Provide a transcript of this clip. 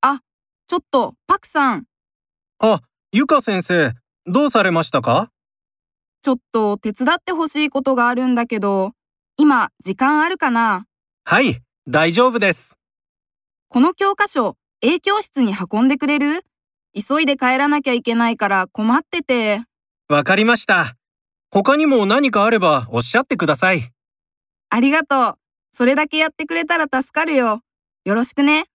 あ、ちょっと、パクさん。あ、ゆか先生、どうされましたかちょっと手伝ってほしいことがあるんだけど、今、時間あるかなはい、大丈夫です。この教科書、A 教室に運んでくれる急いで帰らなきゃいけないから困ってて。わかりました。他にも何かあればおっしゃってください。ありがとう。それだけやってくれたら助かるよ。よろしくね。